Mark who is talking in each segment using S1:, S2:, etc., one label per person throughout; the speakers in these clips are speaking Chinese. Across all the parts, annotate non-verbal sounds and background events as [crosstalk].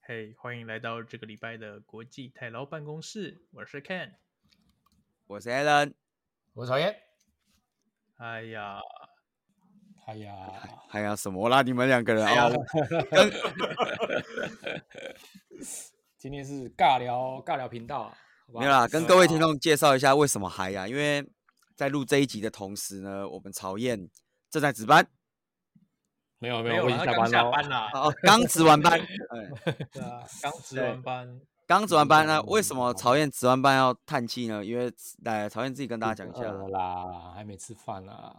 S1: 嘿欢迎来到这个礼拜的国际泰劳办公室，我是 Ken。
S2: 我是 Alan。
S3: 我是曹燕。
S1: 哎呀，
S3: 哎呀，
S2: 哎呀，什么啦？你们两个人啊？刚
S3: 今天是尬聊尬聊频道啊，好不好
S2: 没有啦，跟各位听众介绍一下为什么嗨呀、因为在录这一集的同时呢，我们曹燕正在值班，
S3: 没有没
S1: 没
S3: 有，
S1: 有
S3: 我已
S1: 啦，
S3: 经
S1: 他刚
S3: 下
S1: 下
S3: 班
S1: 班
S3: 了。
S1: 啦，
S2: 哦，刚值完
S3: [laughs]
S2: 班，哎，
S1: 对 [laughs] 啊，刚值完班，
S2: 刚值完班呢。为什
S3: 嗯
S2: 么曹燕值完班要叹气呢？因为来，曹燕自己跟大家讲一
S3: 肚子饿
S2: 下
S3: 了，啦，还没吃饭啊。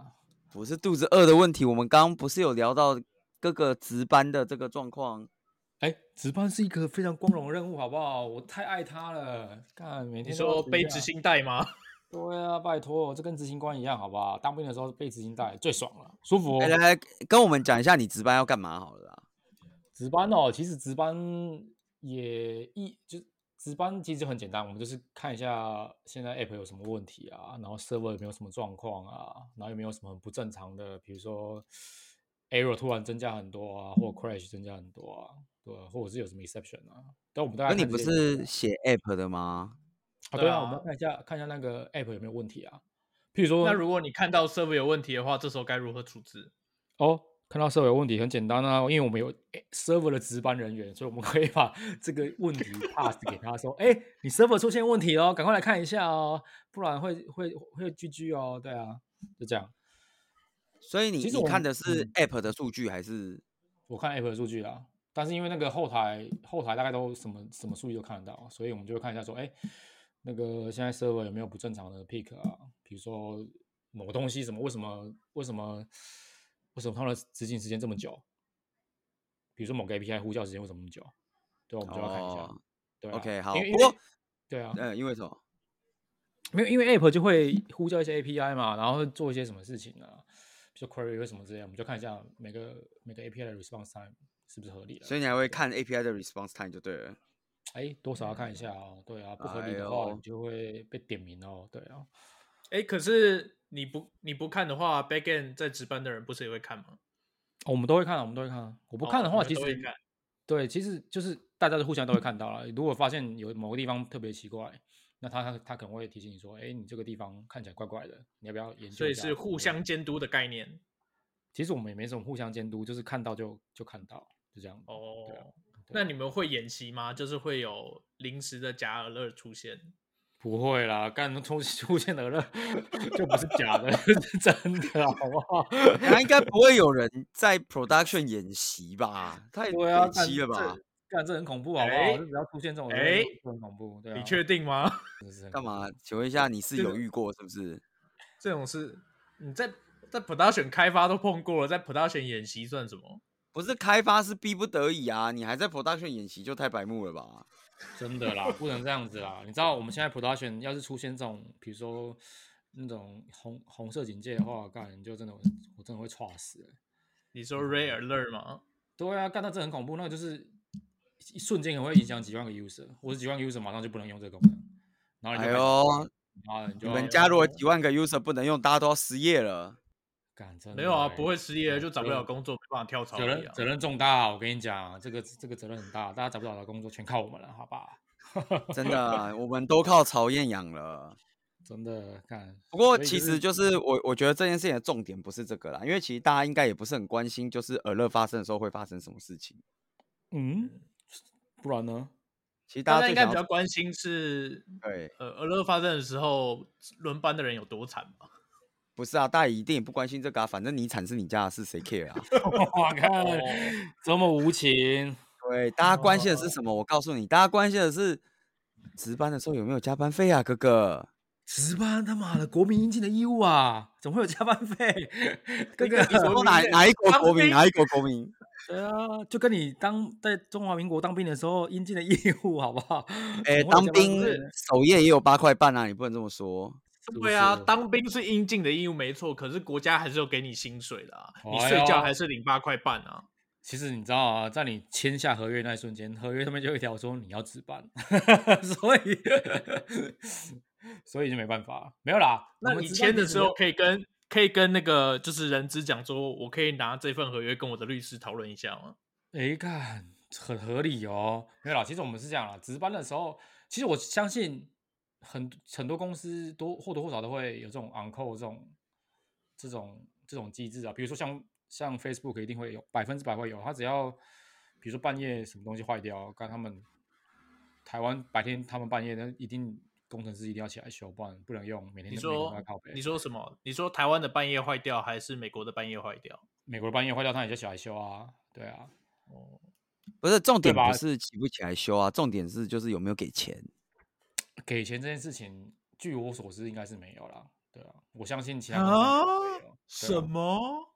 S2: 不是肚子饿的问题，我们刚刚不是有聊到各个值班的这个状况？
S3: 哎，值班是一个非常光荣的任务，好不好？我太爱它了，干每
S1: 你
S3: 天都要
S1: 说
S3: 值一
S1: 背
S3: 下
S1: 执。行带吗？ [laughs]
S3: 对啊，拜托，这跟执行官一样，好不好？当兵的时候背执行带最爽了，舒服哦
S2: 来。来来，跟我们讲一下你值班要干嘛好了啦。
S3: 值班哦，其实值班也一就值班其实很简单，我们就是看一下现在 app 有什么问题啊，然后 server 有没有什么状况啊，然后有没有什么不正常的，比如说 error 突然增加很多啊，或 crash 增加很多啊，对啊，或者是有什么 exception 啊。但我们大
S2: 那
S3: 概
S2: 你
S3: 看
S2: 不
S3: 这些就是
S2: 写 app 的吗？
S3: 啊？
S1: 对
S3: 对啊，我
S1: 啊
S3: 们要看一下看一下那个 app 有没有问题啊。譬如说，
S1: 那如果你看到 server 有问题的话，这时候该如何处置？
S3: 哦，看到 server 有问题，很简单啊，因为我们有诶 server 的值班人员，所以我们可以把这个问题 pass 给他说，哎、你 server 出现问题哦，赶快来看一下哦，不然会会会 GG 哦，对啊，就这样，
S2: 所以你
S3: 其实
S2: 你
S3: 我
S2: 看
S3: 们
S2: 的是
S3: 嗯
S2: app 的数据还是？
S3: 我看 app 的数据啦，但是因为那个后台后台大概都什么什么数据都看得到，所以我们就会看一下说，哎、那个现在 server 有没有不正常的 pick 啊？比如说某个东西什么为什么为什么为什么它的执行时间这么久？比如说某个 API 呼叫时间为什么那么久？对啊，我们就要看一下。
S2: 哦
S3: 对啊
S2: OK，好。
S3: 因为
S2: 不
S3: 因为
S2: 过，
S3: 对啊，
S2: 呃，因为什么？
S3: 没有，因为 App 就会呼叫一些 API 嘛，然后会做一些什么事情啊，比如说 query 为什么这样，我们就看一下每个每个 API 的 response time 是不是合理了。
S2: 所以你还会看 API 的 response time 就对了。
S3: 哎，多少要看一下
S1: 嗯
S3: 哦。对啊，不合理
S2: 哎
S3: 的话
S2: 呦
S3: 你就会被点名哦。对啊，
S1: 哎，可是你不你不看的话，backend 在值班的人不是也会看吗？
S3: 我们都会看啊，我们都会看啊。我不
S1: 哦
S3: 看的
S1: 你
S3: 话，
S1: 们
S3: 其
S1: 都会
S3: 实
S1: 看
S3: 对，其实就是大家都互相都会看到了。如果发现有某个地方特别奇怪，那他他他可能会提醒你说，哎，你这个地方看起来怪怪的，你要不要研究
S1: 所
S3: 一
S1: 以
S3: 下？
S1: 是互
S3: 之类的
S1: 相监督的概
S3: 啊
S1: 念。
S3: 其实我们也没什么互相监督，就是看到就就看到，就这样。对啊
S1: 哦，
S3: 对
S1: 那
S3: 啊
S1: 你们会演习吗？就是会有临时的假 alert 出现？
S3: 不会啦，干 [laughs] 出出现的了，就不是假的， [laughs] 是真的，好不好？
S2: 那应该不会有人在 production 演习吧？太
S3: 对啊，
S2: 演
S3: 干
S2: 习了吧？？
S3: 这干这很恐怖，好不
S1: 哎
S3: 好？就只要出现这种，
S1: 哎
S3: 哎，很恐怖，对啊。
S1: 你确定吗？
S2: 干嘛？请问一下，你是
S1: 这
S2: 有
S1: 个
S2: 遇过是不是？
S1: 这种事你在在 production 开发都碰过了，在 production 演习算什么？
S2: 不是开发是逼不得已啊，你还在 production 演习就太白目了吧？
S3: 真的啦，不能这样子啦。你知道我们现在 production 要是出现这种，比如说那种红红色警戒的话，干你就真的我真的会猝死、欸。
S1: 你说 ray alert 吗？
S3: 对啊，干到这很恐怖，那个就是一瞬间可能会影响几万个 user，我是几万个 user 马上就不能用这个功能，然后你
S2: 哎
S3: 就
S2: 呦，
S3: 啊，你就
S2: 你
S3: 要
S2: 们家如果几万个 user 不能用，大家都要失业了。
S3: 干真
S1: 没有啊，
S3: 的欸
S1: 不会失业
S3: 对
S1: 就找不
S3: 责
S1: 了
S3: 任
S1: 工作，没办法跳槽
S3: 责
S1: 而已
S3: 任
S1: 啊。
S3: 责任重大，我跟你讲，啊这个这个责任很大，大家找不找到工作全靠我们了，好吧？
S2: 真的，我们都靠曹燕养了。
S3: 真的干，
S2: 不过
S3: 所以
S2: 其
S3: 就
S2: 实
S3: 是
S2: 就是我我觉得这件事情的重点不是这个啦，因为其实大家应该也不是很关心，就是耳乐发生的时候会发生什么事情。
S3: 嗯，不然呢？
S2: 其实大
S1: 大家
S2: 家最
S1: 应该
S2: 想
S1: 比
S2: 要
S1: 较关心是，
S2: 对，
S1: 呃，alert 发生的时候，轮班的人有多惨
S3: [laughs]
S1: 吧？
S2: 不是啊，大家一定也不关心这个啊，反正你惨是你家的事，谁 [laughs] care 啊？
S3: [laughs] 哇，看
S1: 哦
S3: 这么无情，
S2: 对，大家关心的是什么？我告诉你，大家关心的是值班的时候有没有加班费啊，哥哥。
S3: [laughs] 值班他妈的国民应尽的义务啊，怎么会有加班费？哥哥，
S2: 你说哪哪一国
S1: 当
S2: 国民？
S1: 兵
S2: 哪一国国 [laughs] 民？
S3: 对啊，就跟你当在中华民国当兵的时候应尽的义务，好不好？
S2: 哎，
S3: 怎么会有
S2: 当
S3: 加班
S2: 兵
S3: 费
S2: 首页也有八块半啊，你不能这么说。
S3: 是不
S1: 对啊，
S3: 是
S1: 当兵是应尽的义务没错，可是国家还是有给你薪水的啊，你
S3: 哎
S1: 睡觉
S3: 呦
S1: 还是领八块半啊。
S3: 其实你知道啊，在你签下合约那一瞬间，合约上面就有一条说你要值班， [laughs] 所以 [laughs] 所以就没办法，没有啦。
S1: 那
S3: 我们
S1: 你
S3: 值班
S1: 签的
S3: 其实
S1: 时候可以跟可以跟那个就是人资讲说，我可以拿这份合约跟我的律师讨论一下吗？
S3: 哎，看很合理哦。没有啦，其实我们是这样啦，值班的时候，其实我相信很很多公司多或多或少都会有这种 on call 这种这种这种机制啊。比如说像像 Facebook 一定会有百分之百会有，他只要比如说半夜什么东西坏掉，干他们台湾白天他们半夜那一定工程师一定要起来修，不然不能用，每天
S1: 你
S3: 每天都
S1: 说
S3: 在靠北
S1: 你说什么？你说台湾的半夜坏掉，还是美国的半夜坏掉？
S3: 美国的半夜坏掉，他也就起来修啊，对啊。
S1: 哦，
S2: 不是重点，
S3: 吧
S2: 不是起不起来修啊，重点是就是有没有给钱。
S3: 给钱这件事情，据我所知应该是没有啦。对啊，我相信其他公司可能会有、对啊
S1: 么？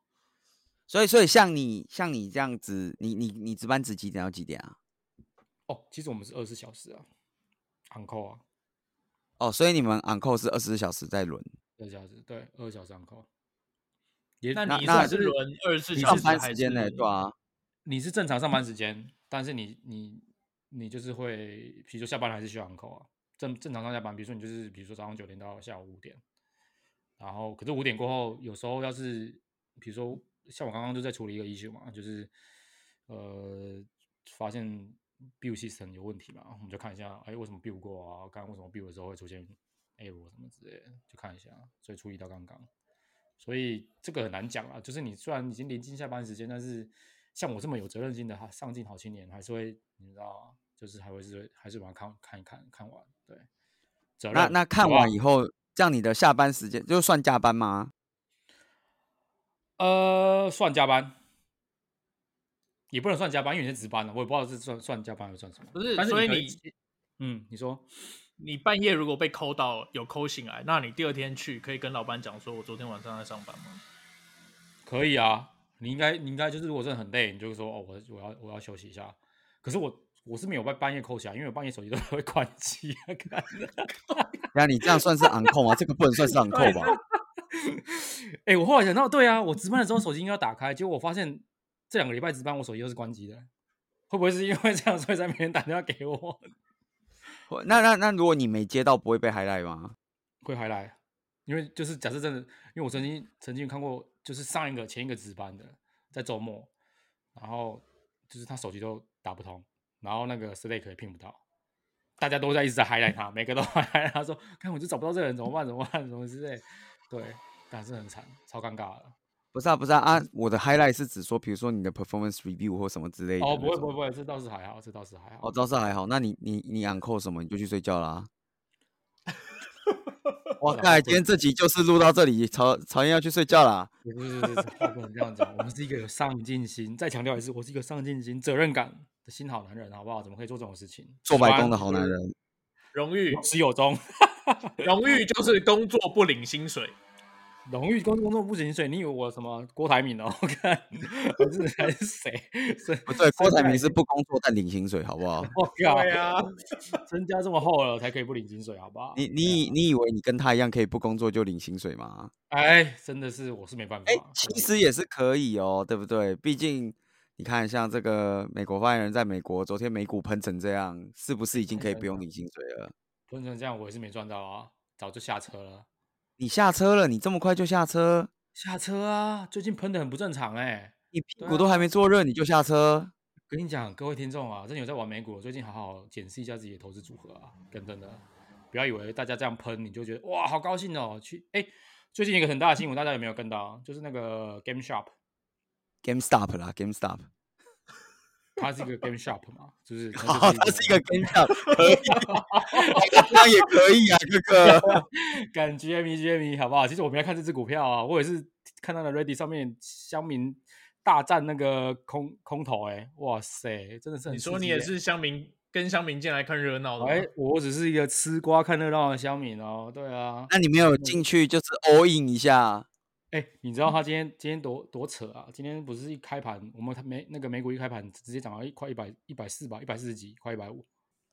S2: 所以，所以像你像你这样子，你你你值班值几点到几点啊？
S3: 哦，其实我们是二十四小时啊，on call 啊，
S2: 哦，所以你们 on call 是二十四小时在轮，
S3: 二十小时，对，二十小时 on call。也
S1: 那
S2: 那
S1: 你
S2: 那
S1: 算是
S2: 就是
S1: 轮二十四
S2: 你
S1: 小
S2: 上
S1: 时
S2: 班
S1: 还
S2: 时间呢？
S1: 是
S2: 对啊，
S3: 你是正常上班时间，但是你你你就是会，比如说下班了还是需要 on call 啊，正正常上下班，比如说你就是比如说早上九点到下午五点，然后可是五点过后，有时候要是比如说像我刚刚就在处理一个 issue 嘛，就是呃发现 build system 有问题嘛，我们就看一下，哎，为什么 build 过啊？刚刚为什么 build 的时候会出现 error 什么之类的，就看一下，所以处理到刚刚。所以这个很难讲啊，就是你虽然已经临近下班时间，但是像我这么有责任心的哈上进好青年，还是会你知道，就是还会是还是把它看看一看看完，对，责任
S2: 那那看
S3: 好不好
S2: 完以后，这样你的下班时间就算加班吗？
S3: 呃，算加班，也不能算加班，因为你是值班的，我也不知道是算算加班还是算什么。
S1: 不是
S3: 但是
S1: 所以
S3: 可
S1: 你
S3: 以，嗯，你说
S1: 你半夜如果被抠到有抠醒来，那你第二天去可以跟老板讲说，我昨天晚上在上班吗？
S3: 可以啊？你应该，你应该就是，如果真的很累，你就会说哦，我我要我要休息一下。可是我我是没有半半夜扣起来，因为我半夜手机都 [laughs] 会关机啊，干
S2: 那你这样算是 on call 吗？这个不能算是 on call
S3: 啊
S2: 吧？
S3: 哎、我后来想到，对啊，我值班的时候手机应该要打开，结果我发现这两个礼拜值班，我手机都是关机的。会不会是因为这样，所以才没人打电话给我？ [laughs]
S2: 或那那那如果你没接到，不会被 highlight 吗？
S3: 会还来，因为就是假设真的，因为我曾经曾经看过，就是上一个前一个值班的在周末，然后就是他手机都打不通，然后那个 Slack 也拼不到，大家都在一直在 highlight 他，每个都 [laughs] highlight 他说，看我就找不到这个人，怎么办？怎么办？怎么之类，对，但是很惨，超尴尬的。
S2: 不是啊，不是啊啊！我的 highlight 是指说，比如说你的 performance review 或什么之类的那
S3: 哦，
S2: 种。
S3: 不会不会不会，这倒是还好，这倒是还好。
S2: 哦，倒是还好。那你你你 on call 什么，你就去睡觉
S3: [laughs]
S2: 啦。哇，
S3: 是啊
S2: 看来
S3: 会
S2: 今天这集就是录到这里，曹曹燕要去睡觉啦。
S3: 不是不是不是，话不能这样讲。我们是一个有上进心，再强调一次，我是一个上进心、责任感的新好男人，好不好？怎么可以做这种事情？
S2: 做白工的
S3: 值
S2: 好
S3: 班
S2: 男人，
S1: 荣誉
S3: 有，始有终。
S1: 荣誉就是工作不领薪水。
S3: 荣誉工工作不行，所以你以为我什么郭台铭哦？我看还是还是谁？是
S2: 不对，郭
S3: 身
S2: 台
S3: 价
S2: 铭
S3: 已
S2: 是不工作但领薪水，好不好？ [laughs]
S3: 我靠，
S1: 对啊，
S3: 身家这么厚了才可以不领薪水，好不好？啊
S2: 你你以你以为你跟他一样可以不工作就领薪水吗？
S3: 哎，真的是我是没办法
S2: 哎、。其实也是可以哦，对不对？毕竟你看，像这个美国发言人在美国昨天美股喷成这样，是不是已经
S3: 哎
S2: 可以不用领薪水了？
S3: 不能这样，我也是没赚到啊，早就下车了。
S2: 你下车了，你这么快就下车，
S3: 下车啊！最近喷的很不正常哎、
S2: 你屁
S3: 对啊
S2: 股都还没坐热你就下车，
S3: 跟你讲，各位听众啊，真的有在玩美股，最近好好检视一下自己的投资组合啊，跟真的，不要以为大家这样喷你就觉得哇好高兴哦。去哎，最近有一个很大的新闻，大家有没有跟到？就是那个 Game Shop，
S2: GameStop 啦，GameStop，
S3: [laughs] 它是一个 Game Shop 嘛，就是它
S2: 好，
S3: 就
S2: 哦它是一个 GameStop，可以啊，这样也可以 [laughs] 啊，哥哥。
S3: 感 GME GME E，好不好？其实我没来看这只股票啊，我也是看到了 Ready 上面乡民大战那个空空头、欸，哎，哇塞，真的是很
S1: 你
S3: 刺
S1: 说你
S3: 激
S1: 也
S3: 欸
S1: 是乡民，跟乡民进来看热闹的吗，
S3: 哎，我只是一个吃瓜看热闹的乡民哦，对啊。
S2: 那你没有进去就是 all in 一下，
S3: 哎、你知道他今天今天多多扯啊？今天不是一开盘，我们美那个美股一开盘直接涨到一快一百一百四吧，一百四十几，快一百五。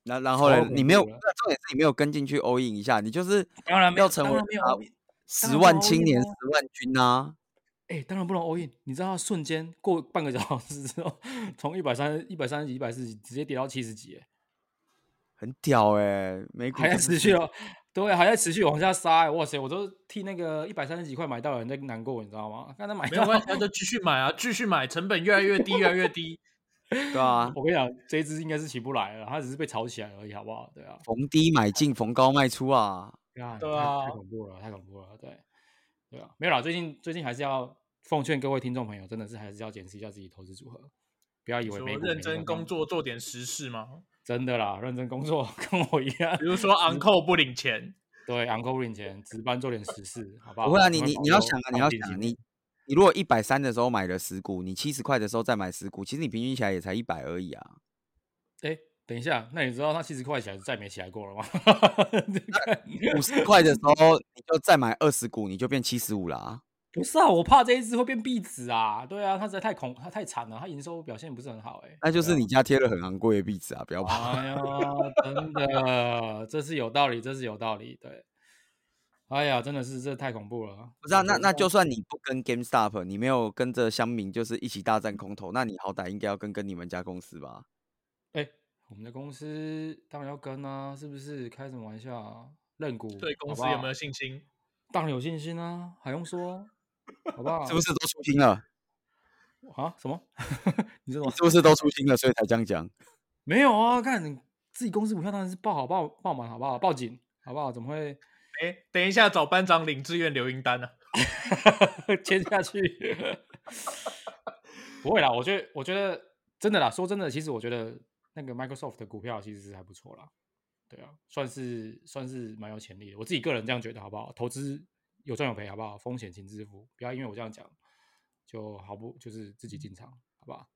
S2: 然然后呢
S3: 超，
S2: 你
S3: 恐
S2: 没有，
S3: 怖了
S2: 那重点是你没有跟进去 all in 一下，你就是
S3: 当然没有
S2: 要成
S3: 当
S2: 为
S3: 然没有
S2: 啊
S3: all in，当
S2: 十
S3: 然没有
S2: 万
S3: all
S2: 青
S3: in
S2: 年、
S3: 啊
S2: 十万军啊！
S3: 哎、当然不能 all in，你知道瞬间过半个小时之后，从一百三一百三十几、一百四十几直接跌到七十几，哎
S2: 很屌哎、美股
S3: 还在
S2: 真的
S3: 持续哦，对，还在持续往下杀、哎哇塞，我都替那个一百三十几块买到的人在难过，你知道吗？刚才买
S1: 没有
S3: 到
S1: 啊关系，那就继续买啊，继续买，成本越来越低，越来越低。
S2: 对
S3: [laughs]
S2: 啊，
S3: 我跟你讲，这一只应该是起不来了，它只是被炒起来而已，好不好？对啊，
S2: 逢低买进，逢高卖出啊。
S3: 干
S1: 对
S3: 太
S1: 啊
S3: 太恐怖了，太恐怖了，对，对啊，没有啦，最近最近还是要奉劝各位听众朋友，真的是还是要检视一下自己投资组合，不要以
S1: 你
S3: 为
S1: 说
S3: 美股
S1: 认
S3: 每
S1: 真
S3: 天都
S1: 工
S3: 涨，
S1: 作做点实事吗？
S3: 真的啦，认真工作， [laughs] 跟我一样
S1: 比，如说 uncle 不领钱，
S3: 对，uncle 领钱，值班做点实事，好不好？
S2: 不会啊，
S3: 我
S2: 你
S3: 们
S2: 你
S3: 保
S2: 你要
S3: 佑
S2: 想啊，
S3: 上
S2: 你要
S3: 进
S2: 想啊
S3: 心
S2: 你你如果一百三的时候买了十股，你七十块的时候再买十股，其实你平均起来也才一百而已啊。
S3: 哎，等一下，那你知道他七十块起来再没起来过了
S2: [laughs]
S3: 吗？
S2: 五十块的时候你就再买二十股，你就变七十五了啊。
S3: [laughs] 不是啊，我怕这一只会变壁纸啊！对啊，它实在太恐，它太惨了，它营收表现不是很好、哎，
S2: 那就
S3: 对
S2: 是
S3: 啊
S2: 你家贴了很昂贵的壁纸啊，
S1: [laughs]
S2: 不要怕。
S3: 哎呦，真的，这是有道理，这是有道理，对。哎呀，真的是这太恐怖了。
S2: 不是啊，
S3: 对
S2: 那那就算你不跟 GameStop，你没有跟着乡民就是一起大战空头，那你好歹应该要跟跟你们家公司吧？
S3: 哎、我们的公司当然要跟啊，是不是？开什么玩笑、啊？认股
S1: 对公司
S3: 好不
S1: 有
S3: 好
S1: 没有信心？
S3: 当然有信心啊，还用说啊？好不好？
S2: 是不是都出清了？
S3: 啊？什么？ [laughs] 你这种
S2: 你是不是都出清了？所以才这样讲？
S3: 没有啊？看你自己公司股票当然是报好报报满，好不好？报警，好不好？怎么会？
S1: 哎，等一下找班长领志愿留名单啊！
S3: [laughs] 签下去。不会啦，我觉得，我觉得真的啦，说真的，其实我觉得那个 Microsoft 的股票其实是还不错啦，对啊，算是算是蛮有潜力的。我自己个人这样觉得，好不好？投资有赚有赔，好不好？风险请自负，不要因为我这样讲就毫不就是自己进场，好不好？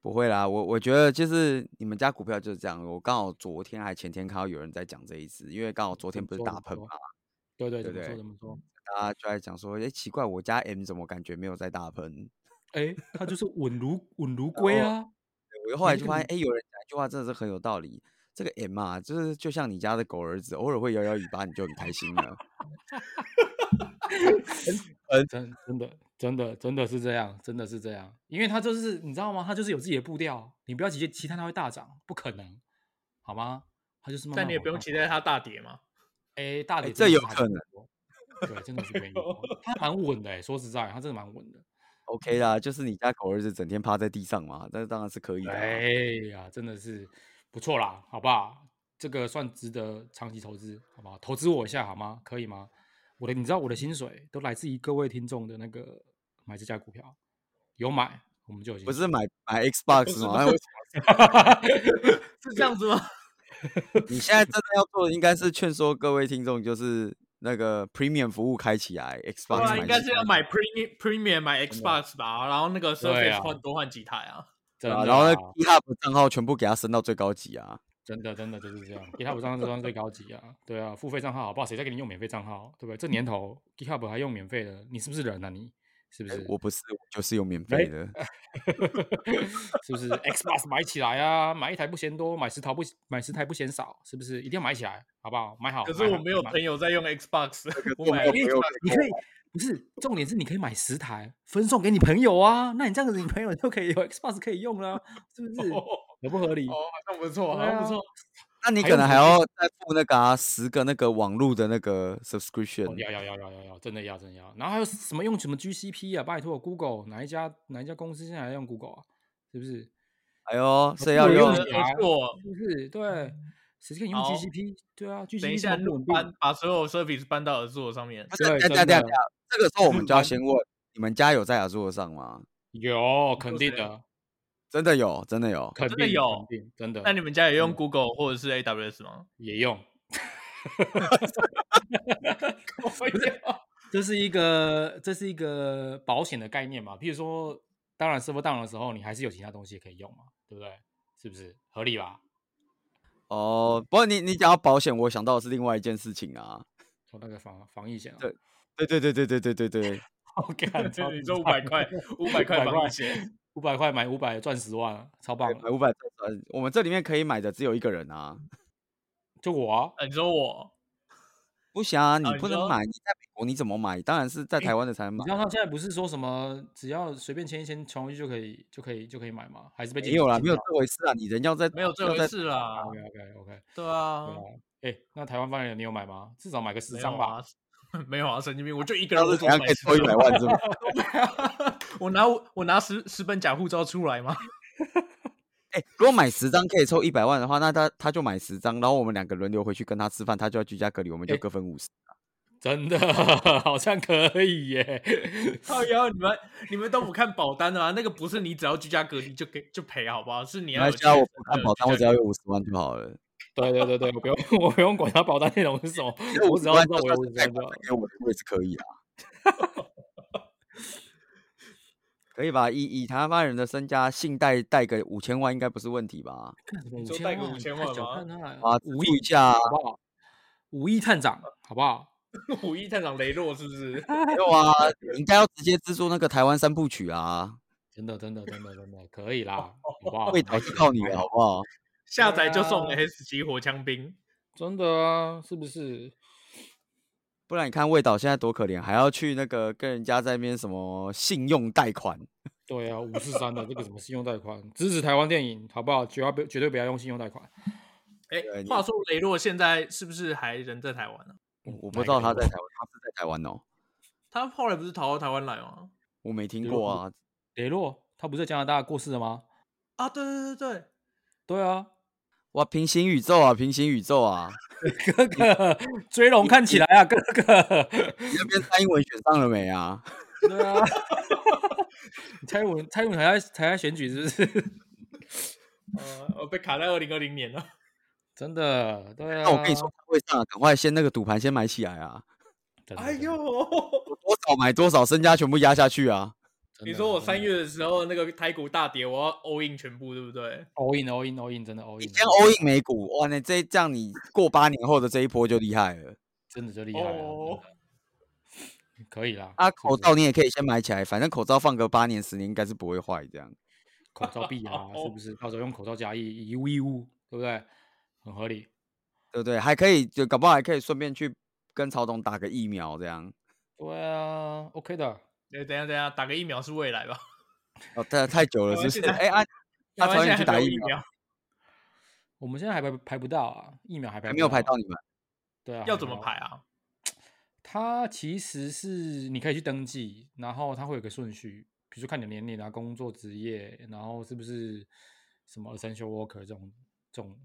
S2: 不会啦，我我觉得就是你们家股票就是这样。我刚好昨天还前天看到有人在讲这一次，因为刚好昨
S3: 嗯怎
S2: 天
S3: 么
S2: 不是
S3: 说
S2: 大
S3: 怎么
S2: 喷
S3: 说
S2: 嘛，
S3: 对对，
S2: 对
S3: 怎么
S2: 对
S3: 说怎么说？
S2: 大家就在讲说，哎、奇怪，我家 M 怎么感觉没有在大喷？
S3: 哎，它就是稳如稳
S2: 哦
S3: 如龟啊，
S2: 我又后来
S3: 没
S2: 就
S3: 有
S2: 发现，哎、有人讲一句话真的是很有道理。这个 M 啊，就是就像你家的狗儿子，偶尔会摇摇尾巴，你就很开心了。
S3: 真真的真的真的是这样，真的是这样，因为他就是你知道吗？他就是有自己的步调，你不要期期待它会大涨，不可能，好吗？他就是慢慢
S1: 但你也不用期待它大跌嘛。
S3: 哎、大
S2: 哎
S3: 跌
S2: 这
S3: 真的
S2: 有
S3: 是还
S2: 可
S3: 没有，对，真的是没
S1: [laughs]
S3: 有，他蛮稳的、欸，说实在，他真的蛮稳的。
S2: OK 啦，就是你家狗儿子整天趴在地上嘛，那当然是可以的啊、
S3: 哎呀，真的是不错啦，好不好？这个算值得长期投资，好不好？投资我一下好吗？可以吗？我的，你知道我的薪水都来自于各位听众的那个买这家股票，有买我们就有薪
S2: 不
S3: 水
S2: 是买买 Xbox 哦吗？那为什
S1: 是这样子吗？
S2: 么你现在真的要做的应该是劝说各位听众，就是那个 Premium 服务开起来
S1: 对
S2: ，Xbox
S1: 啊，
S2: 买
S1: 应该
S2: 起
S1: 是要
S2: 来
S1: 买 premium premium 买 Xbox 吧，然后那个
S3: 啊对啊
S1: Surface 换多换几台啊。
S3: [laughs] 真
S2: 啊
S3: 的
S2: 然后呢
S3: 啦
S2: g i t 账号全部给它升到最高级啊。
S3: 真的真的就是这样，GitHub 账号就算最高级啊，对啊，付费账号好不好？谁在给你用免费账号，对不对？这年头 GitHub 还用免费的，你是不是人啊你？是不
S2: 哎
S3: 是？
S2: 我不是，我就是有免
S3: 哎
S2: 费的。
S3: [laughs] 是不是 Xbox 买起来啊？买一台不嫌多，买十台不买十台不嫌少，是不是？一定要买起来，好不好？买好。
S1: 可是
S3: 买
S1: 我
S3: 好
S1: 没有
S3: 买
S1: 朋友在用 Xbox，我
S2: 我
S1: 买
S2: 没有
S3: 因为
S2: 朋友
S3: 你可以不是重点是你可以买十台分送给你朋友啊，那你这样子你朋友就可以有 Xbox 可以用了啊，是不是？合不合理？
S1: 哦，好像不错，好
S3: 对
S1: 像
S3: 啊
S1: 不错。
S2: 那你可
S3: 还用
S2: 能还
S3: 手机
S2: 要再付那个啊十个那个网络的那个
S3: 哦
S2: subscription。
S3: 要要要要要要，真的要真的要。然后还有什么用什么 GCP 啊？拜托，Google 哪一家哪一家公司现在还用 Google 啊？是不是？
S2: 哎呦，所以
S3: 不
S2: 要
S3: 如
S2: 用
S3: 哦用啊
S1: 这
S3: 起
S1: 个
S3: 来
S1: 合作，
S3: 是不是？对，谁可以用
S1: 嗯好
S3: GCP？对啊，GCP
S1: 等一下
S3: 这么不稳定啊
S1: 搬把所有 Surface 搬到 Azure 上面。
S2: 不是，等
S3: 对
S2: 下
S3: 真
S2: 等下
S3: 的
S2: 等下，这个时候我
S3: [laughs]
S2: 们就要先问，你们家有在雅座上吗？
S3: 有肯
S1: 就
S3: 定
S1: 是哦
S3: 的，
S2: 真的有，真的有。
S3: 肯
S1: 真的
S3: 定
S1: 有
S3: 肯定真的。
S1: 那你们家也用
S3: 嗯
S1: Google 或者是 AWS 吗？ [laughs]
S3: 也用？ [laughs] 这是一个这是一个保险的概念嘛？譬如说，当然 server down 的时候，你还是有其他东西可以用嘛，对不对？是不是合理吧？
S2: 哦，不过你你讲到保险，我想到的是另外一件事情啊。
S3: 我那个防防疫险啊，
S2: 对对对对对对对对对，
S3: 我
S1: [laughs]
S3: 给
S1: 你说五百块，五百块防疫险，
S3: 五百块买五百赚十万啊，超棒
S2: 买
S1: 嗯
S3: 的！
S2: 五百，呃，我们这里面可以买的只有一个人啊。
S3: 就我啊，
S1: 呃你说我
S2: 不行啊，你
S1: 啊你
S2: 不能
S1: 说
S2: 买，你在美国你怎么买？当然是在台湾的才能
S3: 你
S2: 买
S3: 知。道他现在不是说什么只要随便签一签穷一就可以就可以就可以买吗？还是被
S2: 没有啦，没有
S3: 禁
S2: 这回事啊！你人要在
S1: 没有这
S2: 要
S1: 回
S2: 在
S1: 事啦。
S3: 止？OK OK OK，
S1: 对啊，
S3: 哎、诶那台湾方人你有买吗？至少买个十
S1: 没
S3: 张
S1: 有
S3: 吧。
S1: 啊，没有啊， [laughs] 神经病！我就一个人，
S2: 要
S1: 我
S2: 是
S1: 怎
S2: 怎
S1: 么买
S2: 样可以抽一百
S1: [laughs]
S2: 万是吗？
S1: 我拿我拿十十本假护照出来吗？ [laughs]
S2: 哎、如果买十张可以抽一百万的话，那他他就买十张，然后我们两个轮流回去跟他吃饭，他就要居家隔离，我们就
S3: 哎
S2: 各分五十、
S3: 真的 [laughs] 好像可以耶。
S1: 靠腰，你们你们都不看保单的啊？那个不是你只要居家隔离就给就赔，好不好？是你
S2: 没
S1: 要
S2: 关
S1: 有
S2: 系啊，
S1: 确
S2: 我不
S1: 诊
S2: 看
S1: 的
S2: 保单，我
S1: 居
S2: 只
S1: 家
S2: 要有五十万就好了。
S3: 对对对对，我不用 [laughs] 我不用管他保单内容是什
S1: [laughs]
S3: 么，我只
S2: 50
S3: 要
S2: 万
S3: 知道我
S2: 就
S3: 有
S2: 算
S3: 五
S2: 是
S3: 十
S2: 贷
S3: 万就
S2: 款
S3: 好。
S2: 给我，我也是可以啊。 [laughs] 可以吧？以以台湾人的身家，信贷贷个五千万应该不是问题吧？
S3: 五
S1: 说
S3: 千
S1: 带
S3: 万，
S1: 个5000
S3: 太
S1: 万
S3: 小
S1: 吗
S3: 看他了
S2: 啊，注
S3: 五
S2: 意
S3: 亿
S2: 一下啊，
S3: 好不好？五亿探长好不好？
S1: [laughs] 五亿探长雷洛是不是？
S2: [laughs] 没有啊，你应该要直接资助那个台湾三部曲啊，
S3: 真的真的真的真的可以啦，
S1: [laughs]
S3: 好不好？
S2: 味道是靠你哦的好不好？
S1: 下载就送
S3: 对啊
S1: S 级火枪兵，
S3: 真的啊，是不是？
S2: 不然你看味道现在多可怜，还要去那个跟人家在那边什么信用贷款，
S3: 对啊，五四三的这个什么信用贷款，支持台湾电影，好不好？绝要不绝对不要用信用贷款。
S1: 哎
S2: 对，啊你
S1: 话说雷洛现在是不是还人在台湾啊呢、
S2: 我我
S3: 哪
S2: 不
S3: 一
S2: 知道
S3: 个
S2: 他
S3: 国
S2: 在台湾，他是在台湾哦，
S1: 他后来不是逃到台湾来吗？
S2: 我没听
S3: 有
S2: 过
S3: 我
S2: 啊。
S3: 雷洛他不是在加拿大过世的吗？
S1: 啊，对对对对，
S3: 对啊，
S2: 哇，平行宇宙啊，平行宇宙啊，
S3: 哥哥追龙看起来啊，哥
S2: [laughs]
S3: 哥。
S2: 你那边蔡英文选上了没啊？
S3: 对啊， [laughs] 蔡英文蔡英文还在还在选举是不是？
S1: 呃，我被卡在二零二零年了。
S3: 真的，对啊。
S2: 那我
S1: 嗯
S2: 跟你说，，会上啊赶快先那个赌盘先买起来啊，
S1: 哎呦，
S2: 多少买多少，身家全部压下去啊。
S3: 真的，
S1: [laughs] 你说我三
S3: 真的
S1: 月的时候那个台股大跌，我要 all in 全部，对不对？
S3: all in all in all in 真的 all in，
S1: 哎
S2: 你
S3: 真
S2: 先
S3: 的
S2: all in 美股，哇，那这这样你过八年后的这一波就厉害了。
S3: 真的就厉害了。
S1: 哦
S3: 真的可以啦，
S2: 啊，
S3: 是不
S2: 口
S3: 是
S2: 罩你也可以先买起来，反正口罩放个八年十年应该是不会坏这样。
S3: 口罩币
S2: [laughs]
S3: 啊，
S2: 哦
S3: 是不是？到时候用口罩加一一物一物，对不对？很合理。
S2: 对不对？还可以，就搞不好还可以顺便去跟曹董打个疫苗，这样。
S3: 对啊，OK 的。
S1: 哎，等一下等一下，打个疫苗是未来吧？
S2: 哦，太太久了，
S1: 台
S2: 是不
S1: 湾现在
S2: 是？哎、啊，
S1: [laughs]
S2: 那
S1: 台
S2: 曹
S1: 湾
S2: 你
S1: 现
S2: 去
S1: 在
S2: 打
S1: 还没有
S2: 疫
S1: 疫
S2: 苗，
S1: 苗，
S3: 我们现在还排不排不到啊，疫苗还排
S2: 还没有排
S3: 到
S2: 到
S3: 啊。
S2: 你们。
S3: 对啊，
S1: 要
S3: 还
S1: 怎
S3: 没
S1: 么
S3: 到
S1: 排？啊？
S3: 它其实是你可以去登记，然后它会有个顺序，比如说看你的年龄啊、工作职业，然后是不是什么 essential worker 这种、这种、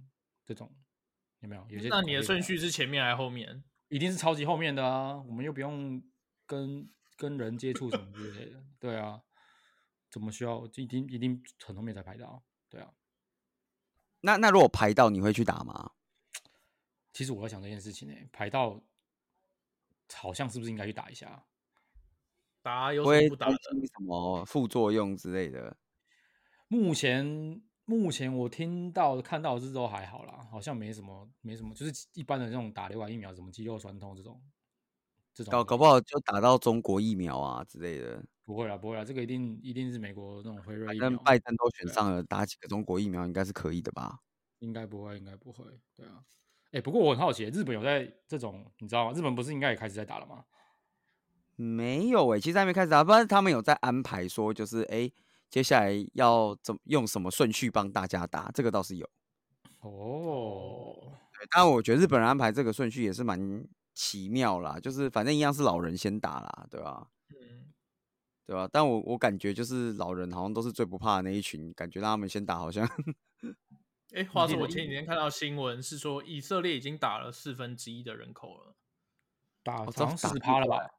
S3: 这种，有没有？有些
S1: 那你的
S3: 国列
S1: 顺
S3: 表
S1: 序是前面还是后面？
S3: 一定是超级后面的啊，我们又不用跟跟人接触什么之类的，对啊，怎么需要？一定一定很后面才排到，对啊。
S2: 那那如果排到，你会去打吗？
S3: 其实我在想这件事情呢、排到好像是不是应该去打一下？
S1: 打有
S2: 不
S1: 什么
S2: 会
S1: 不打
S2: 担
S1: 的？
S2: 心什么副作用之类的。
S3: 目前目前我听到看到的是都还好啦，好像没什么没什么，就是一般的那种打流感疫苗，什么肌肉酸痛这种，这种
S2: 搞搞不
S3: 好
S2: 好就打到中国疫苗啊之类的。
S3: 不会啦不会啦，这个一定一定是美国那种辉瑞
S2: 反
S3: 疫苗
S2: 正，拜登都选
S3: 对啊
S2: 上了，打几个中国疫苗应该是可以的吧？
S3: 应该不会，应该不会。对啊，哎、不过我很好奇，日本有在这种，你知道吗？日本不是应该也开始在打了吗？
S2: 没有诶、其实还没开始打，啊不然他们有在安排说，就是诶、接下来要怎么用什么顺序帮大家打，这个倒是有。
S3: 哦，
S2: 对，但我觉得日本人安排这个顺序也是蛮奇妙啦，就是反正一样是老人先打啦，对吧、
S1: 嗯，
S2: 对吧、但我我感觉就是老人好像都是最不怕的那一群，感觉让他们先打好像 [laughs]
S1: 哎，话说
S3: 得
S1: 我前几天看到新闻是说，以色列已经打了四分之一的人口了。
S3: 打好
S2: 哦这
S3: 像
S2: 打
S3: 四十
S2: 日
S3: 趴了
S2: 本啊
S3: 吧？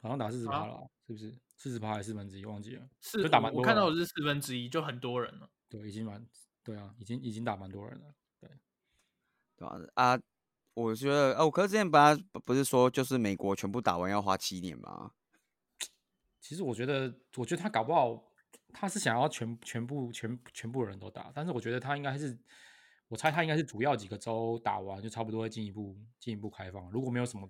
S3: 好像打四十
S1: 啊
S3: 趴了吧，是不是？四十趴还是四分之一？忘记了。
S1: 是
S3: 就打蛮
S1: 我我
S3: 多
S1: 看
S3: 人
S1: 到
S3: 的啊
S1: 的是四分之一，就很多人了。
S3: 对，已经蛮对啊，已经已经打蛮多人了。
S2: 对吧啊？我觉得哦，可是之前本来不不是说就是美国全部打完要花七年吗？
S3: 其实我觉得，我觉得他搞不好他是想要全全部全全部人都打，但是我觉得他应该是，我猜他应该是主要几个州打完就差不多会进一步进一步开放，如果没有什么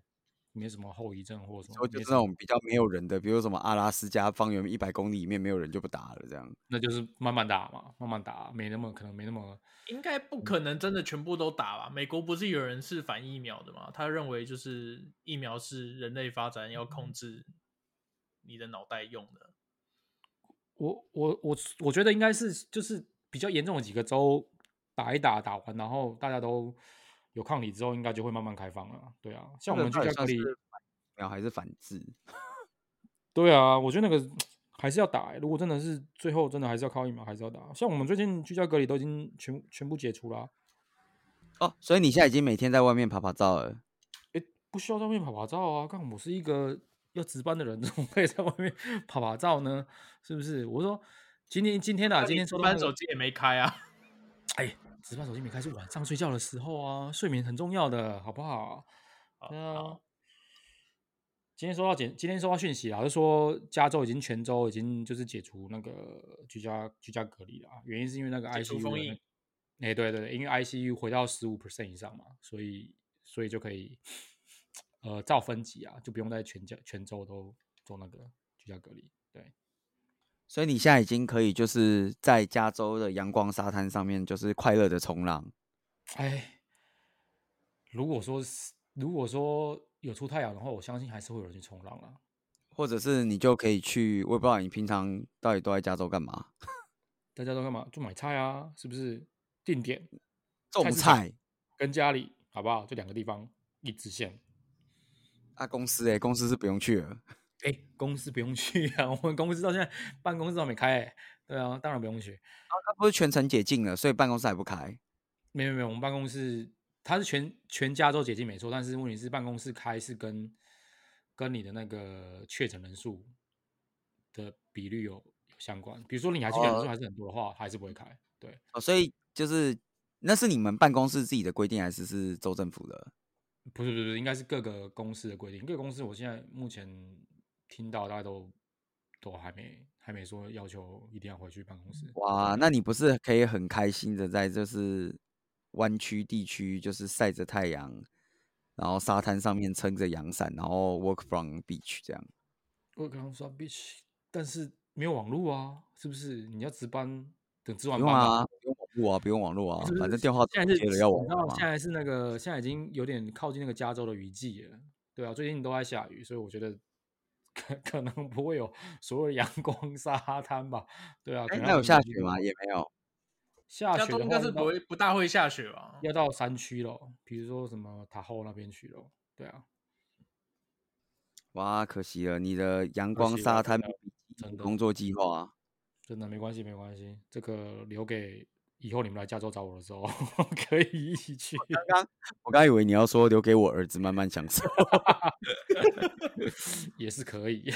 S3: 没什么后遗症或者什
S2: 说
S3: 么，
S2: 就
S3: 哦没
S2: 是
S3: 什
S2: 那
S3: 么
S2: 种比较没有人的，比如什么阿拉斯加方圆一百公里里面没有人就不打了这样。
S3: 那就是慢慢打嘛，慢慢打，没那么可能没那么
S1: 应该不
S3: 嗯
S1: 可能真的全部都打吧？美国不是有人是反疫苗的吗？他认为就是疫苗是人类发展要控制你的脑袋用的。
S3: 我我我我觉得应该是就是比较严重的几个州打一打打完，然后大家都有抗体之后，应该就会慢慢开放了。对啊，像我们居
S2: 这个到底
S3: 家
S2: 算
S3: 隔离，
S2: 是反疫苗还是反制？
S3: 对啊，我觉得那个还是要打、欸。如果真的是最后真的还是要靠疫苗，还是要打。像我们最近居家隔离都已经全全部解除啦、
S2: 哦，所以你现在已经每天在外面拍拍照了。
S3: 不需要在外面拍拍照啊！看我是一个要值班的人，怎么可以在外面 [laughs] 拍拍照呢？是不是？我说今天今天啊，今天收
S1: 值
S3: 到那
S1: 班
S3: 个
S1: 手机也没开啊，
S3: 哎，值班手机没开是晚上睡觉的时候啊，睡眠很重要的，好不好？对啊。今天收到简，今天收到讯息啊啦，就说加州已经全州已经就是解除那个居家居家隔离了啊，原因是因为那个
S1: 解除
S3: ICU
S1: 封
S3: 的
S1: 印
S3: 那，哎、对对对，因为 ICU 回到十五 percent 以上嘛，所以所以就可以呃照分级啊，就不用在全家全州都做那个居家隔离，对。
S2: 所以你现在已经可以就是在加州的阳光沙滩上面，就是快乐的冲浪。
S3: 哎，如果说是如果说有出太阳的话，我相信还是会有人去冲浪啊啦。
S2: 或者是你就可以去，我也不知道你平常到底都在加州干嘛，
S3: 大家都干嘛？就买菜啊，是不是？定点
S2: 种
S3: 市场
S2: 菜
S3: 跟家里好不好？这两个地方一直线。
S2: 啊，公司哎、公司是不用去了。
S3: 哎，公司不用去啊，我们公司到现在办公室都还没开、欸。对啊，当然不用去。
S2: 它不是全程解禁了，所以办公室还不开。
S3: 没有没有，我们办公室它是全全加州解禁没错，但是问题是办公室开是跟跟你的那个确诊人数的比率有有相关。比如说你还是确诊人数
S2: 哦
S3: 还是很多的话，还是不会开。对，
S2: 哦，所以就是那是你们办公室自己的规定，还是是州政府的？
S3: 不是不是不是，应该是各个公司的规定。各个公司我现在目前听到大家都都还没还没说要求一定要回去办公室。
S2: 哇，那你不是可以很开心的在就是湾区地区，就是晒着太阳，然后沙滩上面撑着阳伞，然后 work from beach 这样。
S3: 我刚刚说 bitch，但是没有网络啊，是不是？你要值班，等值
S2: 不
S3: 完
S2: 用
S3: 班吧
S2: 啊，不用网络啊，不用网络啊
S3: 是，不
S2: 反
S3: 是
S2: 正电话
S3: 现在是
S2: 接了要网
S3: 你知道
S2: 络
S3: 现
S2: 嘛。
S3: 在是那个现在已经有点靠近那个加州的雨季了，对啊，最近都在下雨，所以我觉得可 [laughs] 可能不会有所谓阳光沙滩吧，对啊，可
S2: 哎，
S3: 能
S2: 那
S3: 要
S2: 有
S3: 等
S2: 下
S3: 雨
S2: 雪
S3: 季
S2: 吗？也没有。
S3: 下
S1: 加
S3: 雪
S1: 州
S3: 的
S1: 应
S3: 话
S1: 该
S3: 要
S1: 是
S3: 到
S1: 不会不大会下雪吧？
S3: 要到山区咯，比如说什么塔后那边去咯，对啊，
S2: 哇，可惜了，你的阳
S3: 可
S2: 光
S3: 惜了
S2: 沙滩
S3: 真的真的
S2: 工作计划啊。
S3: 真的没关系没关系，这个留给以后你们来加州找我的时候 [laughs] 可以一起去。
S2: 我刚以为你要说留给我儿子慢慢享受。 [laughs]
S3: 也是可以。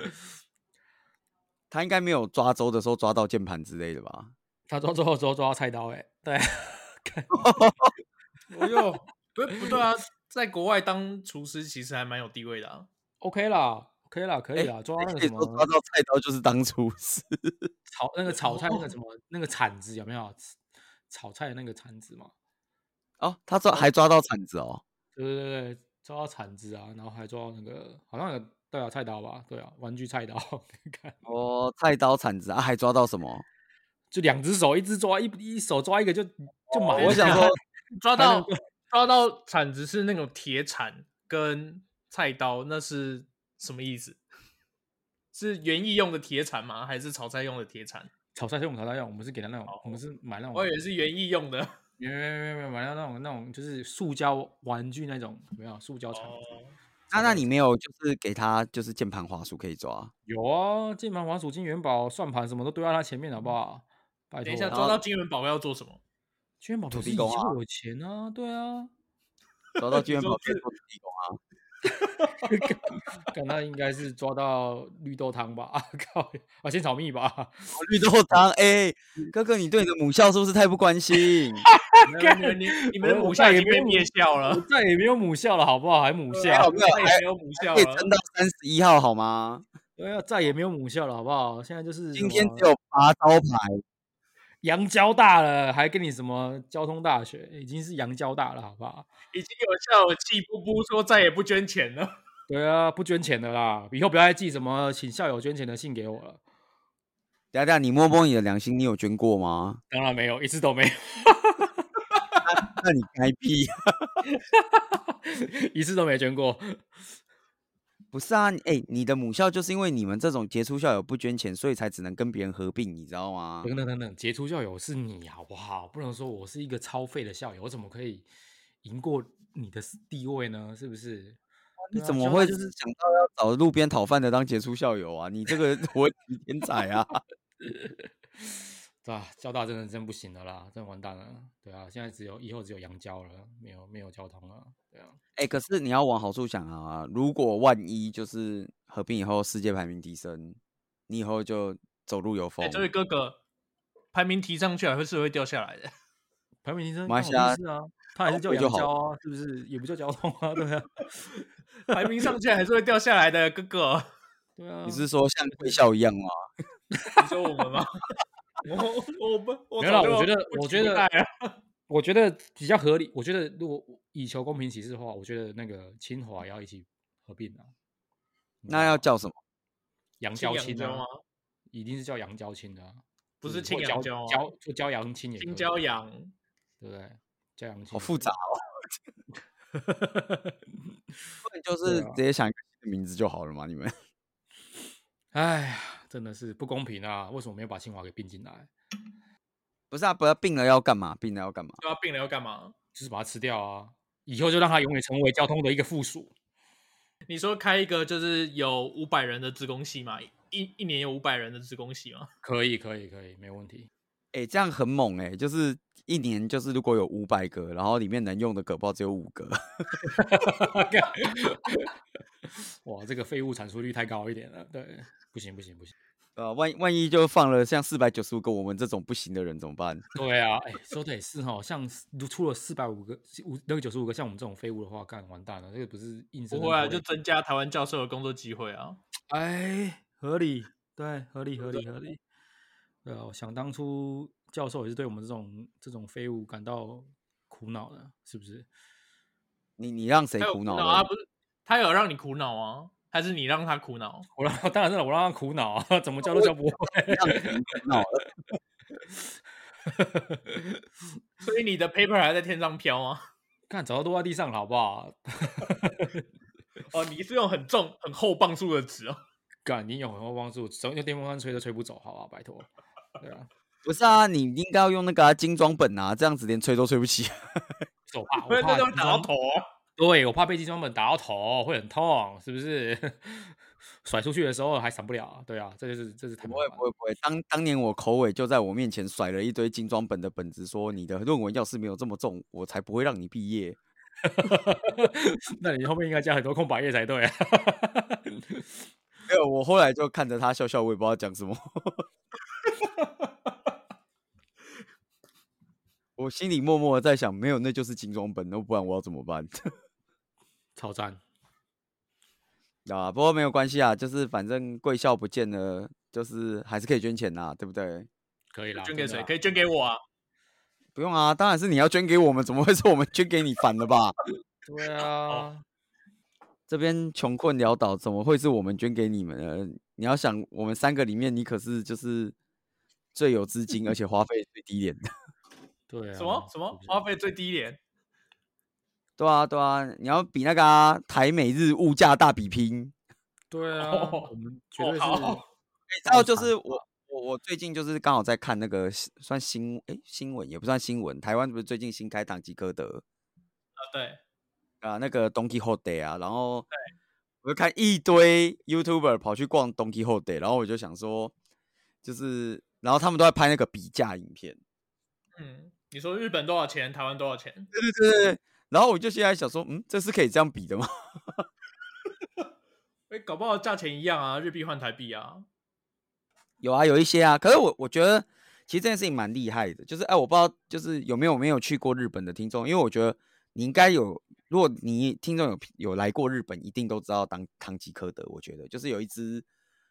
S3: [laughs]
S2: 他应该没有抓周的时候抓到键盘之类的吧？
S3: 他抓最后之后抓到菜刀、欸，哎，对，看
S1: 哎呦， [laughs] 不不对啊，在国外当厨师其实还蛮有地位的啊。
S3: ，OK 啦，OK 啦，可以
S2: 哎
S3: 啦，抓
S2: 还
S3: 那个
S2: 可以
S3: 什
S2: 说
S3: 么
S2: 抓到菜刀就是当厨师。
S3: 炒那个炒菜那个什
S2: 哦
S3: 么那个铲子有没有？炒菜的那个铲子嘛，
S2: 哦，他抓还抓到铲子哦。
S3: 对对对对，抓到铲子啊，然后还抓到那个好像有对啊菜刀吧，对啊玩具菜刀， [laughs] 看
S2: 哦，菜刀铲子啊，还抓到什么？
S3: 就两只手，一只抓一一手抓一个就就满了。
S2: 哦我想
S3: [laughs]
S2: 说，
S1: 抓
S3: 还能
S1: 到抓到铲子是那种铁铲跟菜刀，那是什么意思？是园艺用的铁铲吗？还是炒菜用的铁铲？
S3: 炒菜是我们炒菜用，我们是给他那种，我们是买那种
S1: 我以为是园艺用的。
S3: 没有没有没有没有，买到那种那种就是塑胶玩具那种，有没有塑胶铲子？
S1: 哦，
S2: 那那你没有就是给他就是键盘滑鼠可以抓？
S3: 有啊，键盘、滑鼠、金元宝、算盘什么都堆在他前面，
S2: 嗯
S3: 好不好？拜托。
S1: [laughs] 等一下
S2: 然
S1: 抓
S2: 后
S1: 到金元宝要做什
S3: [laughs]
S1: 么？
S3: 金元宝不
S2: 土
S3: 是
S2: 地
S3: 以
S2: 公
S3: 前
S2: 啊
S3: 有钱啊，对啊， [laughs]
S2: 抓到金元
S1: 说
S2: 宝可以
S1: 是
S2: 做土地公啊？
S3: 看他应该是抓到绿豆汤吧？ [laughs] 啊靠，啊鲜草蜜吧？
S2: 哦 [laughs] 绿豆汤，哎，哥哥，你对你的母校是不是太不关心？
S1: 没有没有你你们的
S3: 我
S1: 母
S3: 我再
S1: 校已
S3: 也
S1: 经
S3: 没
S1: 被
S3: 有
S1: 灭
S3: 母
S1: 校
S3: 我
S1: 了，
S3: 再也没有母校了，好不好？还母
S1: 对
S3: 校
S1: 啊
S2: 有，没
S1: [laughs]
S2: 有
S1: 再也没有母校
S2: 可以
S1: 了
S2: 撑。到三十一号好吗？
S3: 对啊，再也没有母校了，好不好？现在就是
S2: 今
S3: 什
S2: 天
S3: 么
S2: 只有拔招牌。
S3: 阳交大了，还跟你什么交通大学，已经是阳交大了，好不好？
S1: 已经有校友气呼呼说再也不捐钱了。
S3: 对啊，不捐钱的啦，以后不要再寄什么请校友捐钱的信给我了。
S2: 等一下等一下，你摸摸你的良心，你有捐过吗？
S3: 当然没有，一次都没有， [laughs]
S2: 那你该屁！
S3: 一次都没捐过。
S2: [laughs] 不是啊，哎、你的母校就是因为你们这种杰出校友不捐钱，所以才只能跟别人合并，你知道吗？
S3: 等等等等，杰出校友是你好不好？不能说我是一个超废的校友，我怎么可以赢过你的 s- 地位呢？是不是？
S2: 你
S1: 对啊
S2: 怎么
S1: 像他
S2: 会
S1: 就是
S2: 想到要找路边讨饭的当杰出校友啊？你这个我天才啊！ [laughs]
S3: 啊，交大真的真不行了啦，真完蛋了。对啊，现在只有以后只有洋交了，没有没有交通了。对啊，
S2: 哎、可是你要往好处想啊，如果万一就是合并以后世界排名提升，你以后就走路有风。
S1: 哎，这位哥哥，排名提上去还会是会掉下来
S3: [laughs]
S1: 的。
S3: 排名医生，
S2: 马来西亚
S3: 是啊，他还是叫
S2: 哦我就
S3: 洋
S2: 好
S3: 交啊，是不是？也不叫交通啊， [laughs] 对啊，
S1: 排名上去还是会掉下来的，哥哥。
S3: 对啊。
S2: 你是说像贵校一样吗？
S1: 你说我们吗？ [laughs] 我我们我
S3: 没有啦，
S1: 早就
S3: 我觉得
S1: 不，
S3: 我
S1: 期
S3: 觉
S1: 待
S3: 得
S1: 了，
S3: 我觉得比较合理。我觉得，如果以求公平起视的话，我觉得那个清华也要一起合并啊。你知
S2: 那
S3: 道
S2: 要
S3: 吗
S2: 叫什么？
S3: 洋
S1: 青
S3: 交
S1: 阳
S3: 青
S1: 椒
S3: 啊
S1: 吗，
S3: 一定是叫洋交青的啊，
S1: 不
S3: 就是
S1: 青
S3: 或
S1: 阳椒啊
S3: 交交就交洋青也
S1: [laughs]
S3: 可
S1: 青
S3: 以
S1: 椒
S3: 啊
S1: 羊，
S3: 对不对？交洋青
S2: 好
S3: 也
S2: 复
S3: 可以
S2: 杂哦，不然就
S3: 对
S2: 是
S3: 啊
S2: 直接想一个新的名字就好了嘛？你们
S3: 哎呀，真的是不公平啊！为什么没有把清华给并进来？
S2: [laughs] 不是啊？不要病了要干嘛？病了要干嘛？
S1: 对啊，病了要干嘛？
S3: 就是把它吃掉啊！以后就让它永远成为交通的一个附属。
S1: 你说开一个就是有五百人的职工系嘛，一一年有五百人的职工系嘛，
S3: 可以，可以，可以，没有问题。
S2: 哎、这样很猛哎、就是一年就是如果有五百个，然后里面能用的梗不知道只有五个， [laughs]
S3: 哇，这个废物产出率太高一点了，对，不行，不行，不行。
S2: 呃，万一万一就放了像四百九十五个我们这种不行的人怎么办？
S3: 对啊，哎、说的也是哈，像是如出了四百五个五那个九十五个，像我们这种废物的话，干完蛋了，这个不是硬
S1: [laughs]
S3: 生
S1: 不
S3: 生
S1: 会啊，
S3: 拖
S1: 就
S3: 累
S1: 增加台湾教授的工作机会啊。
S3: 哎，合理，对，合理，合理，合理。对啊，我想当初教授也是对我们这种这种废物感到苦恼的，是不是？ [laughs]
S2: 你你让谁
S1: 他有
S2: 苦恼了？
S1: 啊？不是，他有让你苦恼啊，还是你让他苦恼？
S3: 我让当然是我让他苦恼 [laughs] 啊，怎么教都教不会。
S2: 啊苦恼了
S1: 所以你的 paper 还在天上飘啊吗？
S3: 看，早就落在地上了，好不好？ [laughs]
S1: 哦，你是用很重、很厚磅数的纸哦。
S3: 干，你有很多帮助，手用电风扇吹都吹不走，好吧，拜托。对啊，
S2: 不是啊，你应该要用那个、啊、精装本啊，这样子连吹都吹不起。啊
S3: 手怕，
S1: 不
S3: 我
S1: 然 [laughs]
S3: 怕
S1: 那都会
S3: 机
S1: 打到
S3: 装
S1: 头哦、
S3: 对，我怕被机装本打到头，会很痛，是不是？ [laughs] 甩出去的时候还闪不了，对啊，这就是这是
S2: [laughs]
S3: 太
S2: 不
S3: 麻
S2: 会
S3: 烦
S2: 不会不会，当当年我口尾就在我面前甩了一堆精装本的本子，说你的论文要是没有这么重，我才不会让你毕业。
S3: 了 [laughs] 那你后面应该加很多空白页才对啊。 [laughs]
S2: 没有，我后来就看着他笑笑，我也不知道讲什么。 [laughs] 我心里默默的在想，没有，那就是精装本，那不然我要怎么办？ [laughs]
S3: 超赞，
S2: 啊，不过没有关系啊，就是反正贵校不见了，就是还是可以捐钱呐，对不对？
S3: 可
S2: 啊
S3: 以啦，
S1: 捐
S3: 真
S1: 给
S3: 的
S1: 谁？
S3: 啦
S1: 可以捐给我啊！
S2: 不用啊，当然是你要捐给我们，怎么会是我们捐给你？反了吧？
S3: 对啊，
S2: [laughs] 这边穷困潦倒，怎么会是我们捐给你们呢？你要想，我们三个里面，你可是就是最有资金，而且花费最低廉 [laughs] 的。
S3: 对啊，
S1: 什么什么
S3: 是不是
S1: 花费最低廉？
S2: 对啊，对啊，你要比那个、啊、台美日物价大比拼。
S3: 对啊，我们绝
S1: 哦
S3: 对是
S1: 好
S2: 你知道，就
S3: 惨
S2: 是我我我最近就是刚好在看那个新算新诶、新闻，也不算新闻，台湾不是最近新开党吉诃德
S1: 啊，对，
S2: 啊，那个 Donkey h o d e 啊，然后我就看一堆 YouTuber 跑去逛 Donkey h o d e 然后我就想说，就是然后他们都在拍那个比价影片。
S1: 嗯，你说日本多少钱？台湾多少钱？
S2: 对对对对对。然后我就现在想说，嗯，这是可以这样比的吗？
S1: 哎，搞不好价钱一样啊，日币换台币啊。
S2: 有啊，有一些啊。可是我我觉得，其实这件事情蛮厉害的，就是哎，我不知道，就是有没有没有去过日本的听众，因为我觉得你应该有，如果你听众有有来过日本，一定都知道当唐吉诃德。我觉得就是有一只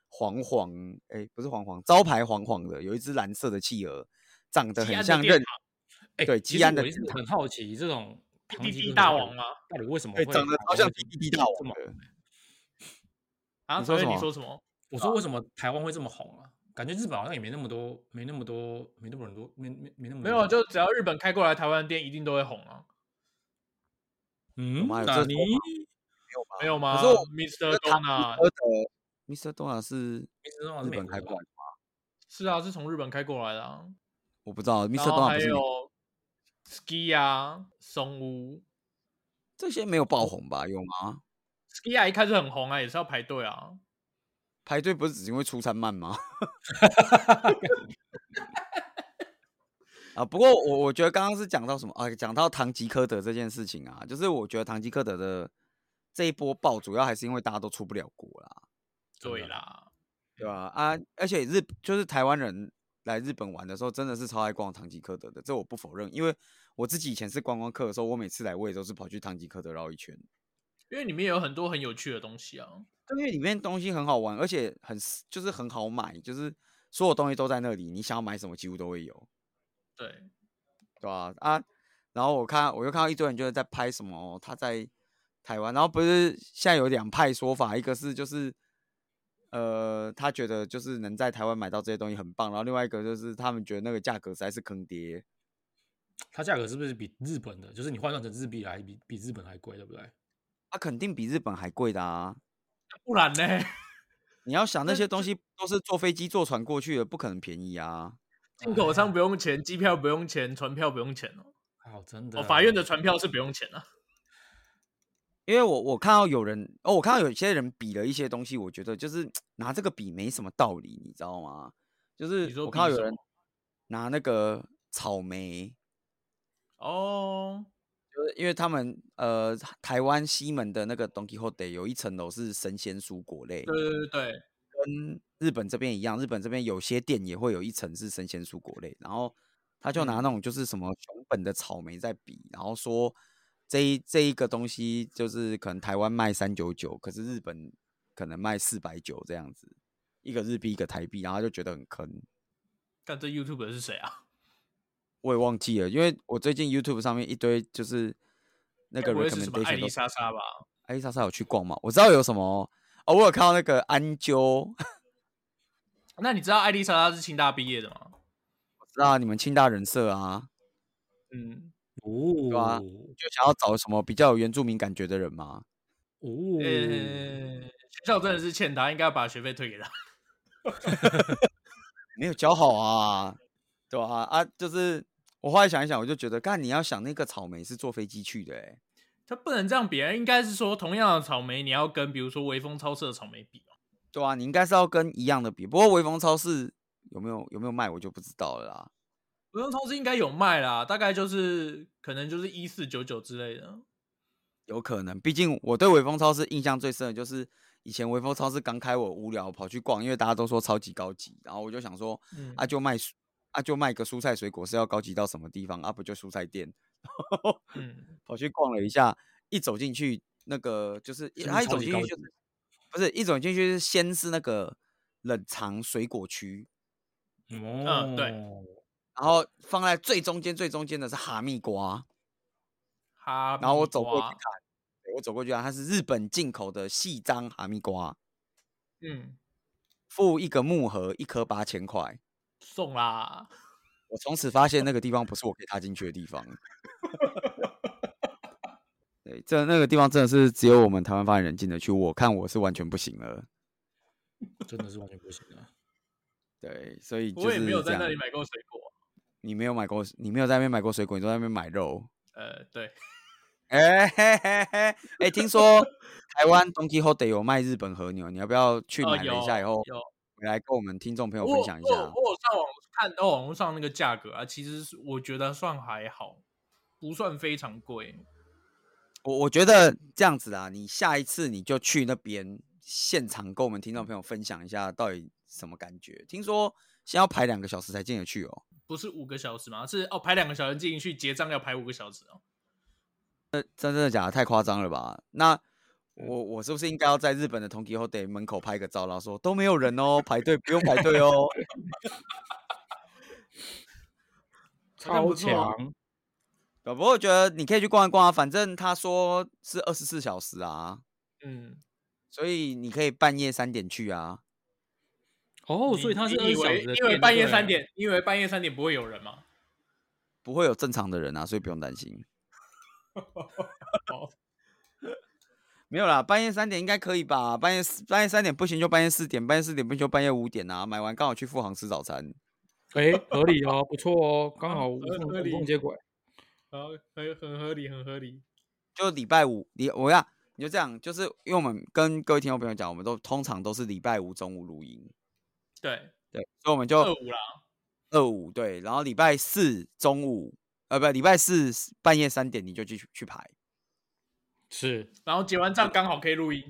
S2: 黄黄，哎，不是黄黄，招牌黄黄的，有一只蓝色的企鹅，长得
S1: 西安
S2: 很
S1: 的
S2: 像
S1: 殿
S2: 任，
S1: 堂
S3: 哎，
S2: 对
S3: 其
S2: 基
S3: 实
S2: 安的
S3: 我一直
S2: 自由
S3: 很好奇这种唐
S1: 滴
S3: 吉
S1: 滴
S3: 诃
S1: 大
S3: 德
S1: 王啊
S3: 到底为什么
S2: 对，
S3: 会
S2: 长得
S3: 台
S2: 超
S3: 湾
S2: 像
S3: 会
S2: 滴滴
S3: 这么
S2: 滴大
S3: 这
S2: 王
S3: 么
S2: 的。
S1: 啊！
S2: 你说
S1: 所以
S2: 什
S1: 你
S2: 么
S1: 说什么？
S3: 我说为什么台湾会这么红啊？感觉日本好像也没那么多，没那么多，没那么多，没没没那
S2: 嗯
S3: 么
S1: 没
S3: 多
S1: 有啊，
S3: 人
S1: 就只要日本开过来台湾的店，一定都会红啊，
S3: 嗯，
S2: 妈有
S3: 纳
S2: 这
S3: 尼
S2: 说法
S1: 没有吗？啊
S2: 可是我
S1: Mr.
S2: 唐吉
S1: Dona
S2: 诃德，Mr. Dona 是
S3: 啊没知道
S2: 日
S3: 是美
S2: 本
S3: 国
S2: 开
S3: 的
S2: 过来
S3: 吧
S2: 的，
S1: 是啊，是从日本开过来的、啊。
S2: 我不知道
S1: 然后
S2: ，Mr. Dona
S1: 哦还
S2: 不是美国
S1: 有 Ski 啊、松屋，
S2: 这些没有爆红吧？有吗？
S1: Skia 一开始很红啊，也是要排队啊。
S2: 排队不是只是因为出餐慢吗？ [laughs] 啊，不过我我觉得刚刚是讲到什么啊？讲到堂吉诃德这件事情啊，就是我觉得堂吉诃德的这一波爆，主要还是因为大家都出不了国啦，
S3: 真
S2: 啊
S1: 对
S3: 的
S1: 啦，
S2: 对吧、啊？而且日就是台湾人来日本玩的时候，真的是超爱逛堂吉诃德的，这我不否认，因为我自己以前是观光客的时候，我每次来我也都是跑去堂吉诃德绕一圈，
S1: 因为里面有很多很有趣的东西啊。
S2: 因为里面东西很好玩，而且很就是很好买，就是所有东西都在那里，你想要买什么几乎都会有。
S1: 对，
S2: 对吧、啊？然后我看我又看到一堆人就是在拍什么，他在台湾，然后不是现在有两派说法，一个是就是呃，他觉得就是能在台湾买到这些东西很棒，然后另外一个就是他们觉得那个价格实在是坑爹，
S3: 它价格是不是比日本的？就是你换算成日币来，比比日本还贵，对不对？
S2: 它、啊肯定比日本还贵的啊！
S1: 不然呢？ [laughs]
S2: 你要想那
S1: 那
S2: 些东西都是坐飞机坐船过去的，不可能便宜啊！
S1: 进口商不用钱，机票不用钱，船票不用钱哦。
S3: 哦，真
S2: 啊
S3: 的。
S1: 哦，法院的船票是不用钱啊。
S2: 因为我我看到有人哦，我看到有些人比了一些东西，我觉得就是拿这个比没什么道理，你知道吗？就是
S1: 你说
S2: 我
S1: 比
S2: 看到有
S1: 什
S2: 人拿那个草莓，
S1: 哦，
S2: 就是因为他们呃台湾西门的那个 Don Quixote 有一层楼是生鲜蔬果类，
S1: 对对对对，
S2: 跟日本这边一样，日本这边有些店也会有一层是生鲜蔬果类，然后他就拿
S1: 嗯
S2: 那种就是什么熊本的草莓在比，然后说这一这一个东西就是可能台湾卖三九九，可是日本可能卖四百九这样子，一个日币一个台币，然后他就觉得很坑。
S1: 看这 YouTube 是谁啊？
S2: 我也忘记了，因为我最近 YouTube 上面一堆就是那
S1: 该
S2: 个
S1: [laughs] 不哎会是什么艾
S2: recommendation 都
S1: 丽莎莎吧？
S2: 艾丽莎莎有去逛吗？我知道有什么哦，我有看到那个安啾， [laughs]
S1: 那你知道艾丽莎莎是清大毕业的吗？
S2: 我知道你们清大人社啊，
S1: 嗯，
S3: 哦，
S2: 吧就想要找什么比较有原住民感觉的人嘛。
S3: 哦，
S1: 呃，
S2: 嗯
S1: 学校真的是欠他，应该要把学费退给 [laughs] 他。
S2: 没有教好啊，对吧、啊？就是我后来想一想，我就觉得，干你要想那个草莓是坐飞机去的、欸，
S1: 他不能这样比啊，应该是说同样的草莓，你要跟比如说微风超市的草莓比哦。
S2: 对啊，你应该是要跟一样的比。不过微风超市有没有有没有卖，我就不知道了啦。
S1: 微风超市应该有卖啦，大概就是可能就是一四九九之类的。
S2: 有可能，毕竟我对微风超市印象最深的就是以前微风超市刚开，我无聊跑去逛，因为大家都说超级高级，然后我就想说，
S1: 嗯
S2: 啊就卖蔬啊就卖个蔬菜水果是要高级到什么地方啊？不就蔬菜店？
S1: 嗯，
S2: 跑去逛了一下，一走进去，那个就是一
S3: 是不是
S2: 他一
S3: 超
S2: 走
S3: 级
S2: 进
S3: 高
S2: 去就是不是一走进去是先是那个冷藏水果区，
S3: 嗯
S1: 对
S2: 然
S3: 哦
S2: 后放在最中间最中间的是哈密瓜，
S1: 哈密瓜。
S2: 然后我走过去看，对我走过去啊看，它是日本进口的细张哈密瓜，
S1: 嗯，
S2: 付一个木盒一颗八千块。
S1: 送啦。
S2: 我从此发现那个地方不是我可以踏进去的地
S3: [laughs]
S2: 方。对，这那个地方真的是只有我们台湾发言人进得去，我看我是完全不行了。
S3: 真的是完全不行啊！
S2: 对，所以、就是、
S1: 我也没有在那里。买过水果。
S2: 你没有买过，你没有在那边买过水果，你都在那边买肉。
S1: 呃，对，
S2: 哎、嘿嘿嘿，哎，
S1: [laughs]
S2: 听说台湾 Donkey Hot 有卖日本和牛，你要不要去
S1: 哦
S2: 买了一下以
S1: 有
S2: 后，
S1: 有
S2: 回来跟我们听众朋友
S1: 我
S2: 分享一
S1: 我有
S2: 下？
S1: 我有上网看到网络上那个价格啊，其实是我觉得算还好，不算非常贵。
S2: 我我觉得这样子啊，你下一次你就去那边现场跟我们听众朋友分享一下到底什么感觉。听说先要排两个小时才进得去哦。
S1: 不是五个小时吗？是哦，排两个小时进去结账要排五个小时哦。
S2: 真真的假的？太夸张了吧？那我我是不是应该要在日本的 t o n k i h o t e 门口拍个照，然后说都没有人哦，排队不用排队哦？
S1: 好像
S3: 超
S1: 不错啊
S3: 强，
S2: 对，不过我觉得你可以去逛一逛啊，反正他说是二十四小时啊，
S1: 嗯，
S2: 所以你可以半夜三点去啊。
S3: 哦，所
S1: 你
S3: 以它是
S1: 你
S3: 二
S1: 以
S3: 十小
S1: 为
S3: 时的
S1: 因为
S3: 店
S1: 半
S3: 就
S1: 夜
S3: 对啊
S1: 三
S3: 了，
S1: 点，因为半夜三点不会有人嘛。
S2: 不会有正常的人啊，所以不用担心。
S1: 哦，
S2: [laughs] 没有啦，半夜三点应该可以吧？半夜四半夜三点不行就半夜四点，半夜四点不行就半夜五点啊。买完刚好去富航吃早餐。
S3: 哎，合理哦，不错哦，刚好无
S1: [laughs] 合
S3: 缝
S1: 合
S3: 无
S1: 理
S3: 缝接轨。
S1: 好，很很合理，很合理。
S2: 就礼拜五，礼我呀，你就这样，就是因为我们跟各位听众朋友讲，我们都通常都是礼拜五中午录音，
S1: 对，
S2: 对，所以我们就
S1: 二五啦，
S2: 二五对，然后礼拜四中午，呃，不，礼拜四半夜三点你就去去排，
S3: 是，
S1: 然后结完账刚好可以录音，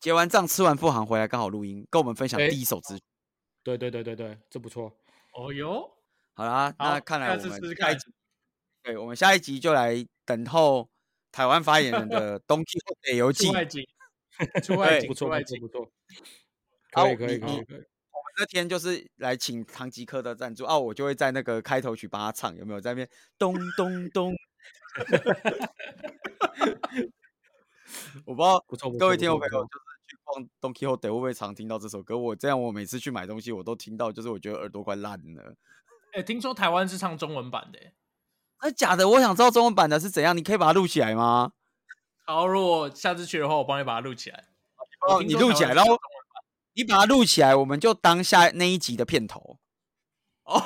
S2: 结完账吃完富航回来刚好录音，跟我们分享
S3: 哎
S2: 第一手资讯。
S3: 对对对对对，这不错。
S1: 哦哟，
S2: 好啦，
S1: 好
S2: 那看来
S1: 下
S2: 我
S1: 次
S2: 们
S1: 试试
S2: 下一
S1: 看
S2: 集，对我们下一集就来等候台湾发言人的 [laughs] 《冬季后北游记
S1: 出》。外景， [laughs] 出外
S2: 对
S1: 景，
S3: 不
S1: 出
S3: 错，
S1: 外
S3: 不错，
S1: 景，
S3: 不错。
S2: 啊
S3: 可以，
S2: 我
S3: 可以，
S2: 你
S3: 可以
S2: 你，
S3: 可以
S2: 那天就是来请唐吉诃德赞助啊，我就会在那个开头曲帮他唱，有没有？在那边咚咚咚。 [laughs] 我不知道
S3: 不错，不错。
S2: 各位
S3: 不
S2: 听
S3: 错
S2: 众朋
S3: 不
S2: 友，就是
S3: 错
S2: 去逛 Don Quixote 会不会常听到这首歌？我这样，我每次去买东西，我都听到，就是我觉得耳朵快烂了。
S1: 哎，听说台湾是唱中文版的欸，
S2: 那啊假的，我想知道中文版的是怎样，你可以把它录起来吗？
S1: 好，如果下次去的话，我帮你把它录起来。我
S2: 哦，
S1: 听
S2: 你
S1: 说
S2: 录
S1: 台
S2: 起
S1: 湾
S2: 来，
S1: 是
S2: 然后
S1: 中
S2: 你把它录起来，我们就当下那一集的片头，
S1: 哦，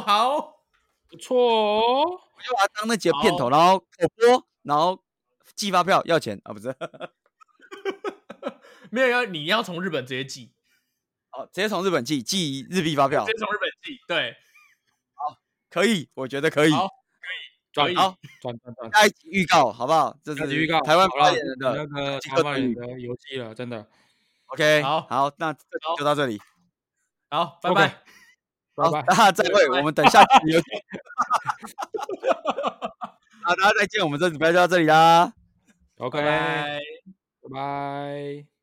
S1: 好，
S3: 不错哦。
S2: 我就把它当那集的片头，然后口播，然后寄发票要钱啊，不是？ [laughs]
S1: 没有要你要从日本直接寄，直
S2: 哦，直接从日本寄寄日币发票，
S1: 接从日本寄，对，
S2: 可以，我觉得可以。
S1: 好可
S3: 转啊
S1: 以。
S2: 好
S3: 转转转，
S2: 下一集预告好不好？这
S3: 下
S2: 是
S3: 集预告
S2: 台湾
S3: 好
S2: 发
S3: 了
S2: 言人
S3: 那
S2: 的。
S3: 个
S2: 吉
S3: 台
S2: 克
S3: 湾
S2: 德
S3: 人
S2: 语
S3: 的游记了，真的。
S2: OK，
S1: 好
S2: 好，那这集
S1: 好
S2: 就到这里。
S1: 好，拜
S3: OK
S1: 拜。
S3: 拜
S2: 好， [laughs]
S3: 拜。
S2: 大家再会，
S1: 拜拜
S2: 我们等下集有。 [laughs] 好，大家再见，我们这集不要就到这里啦。
S3: OK，
S1: 拜
S3: 拜
S1: 拜。
S3: 拜。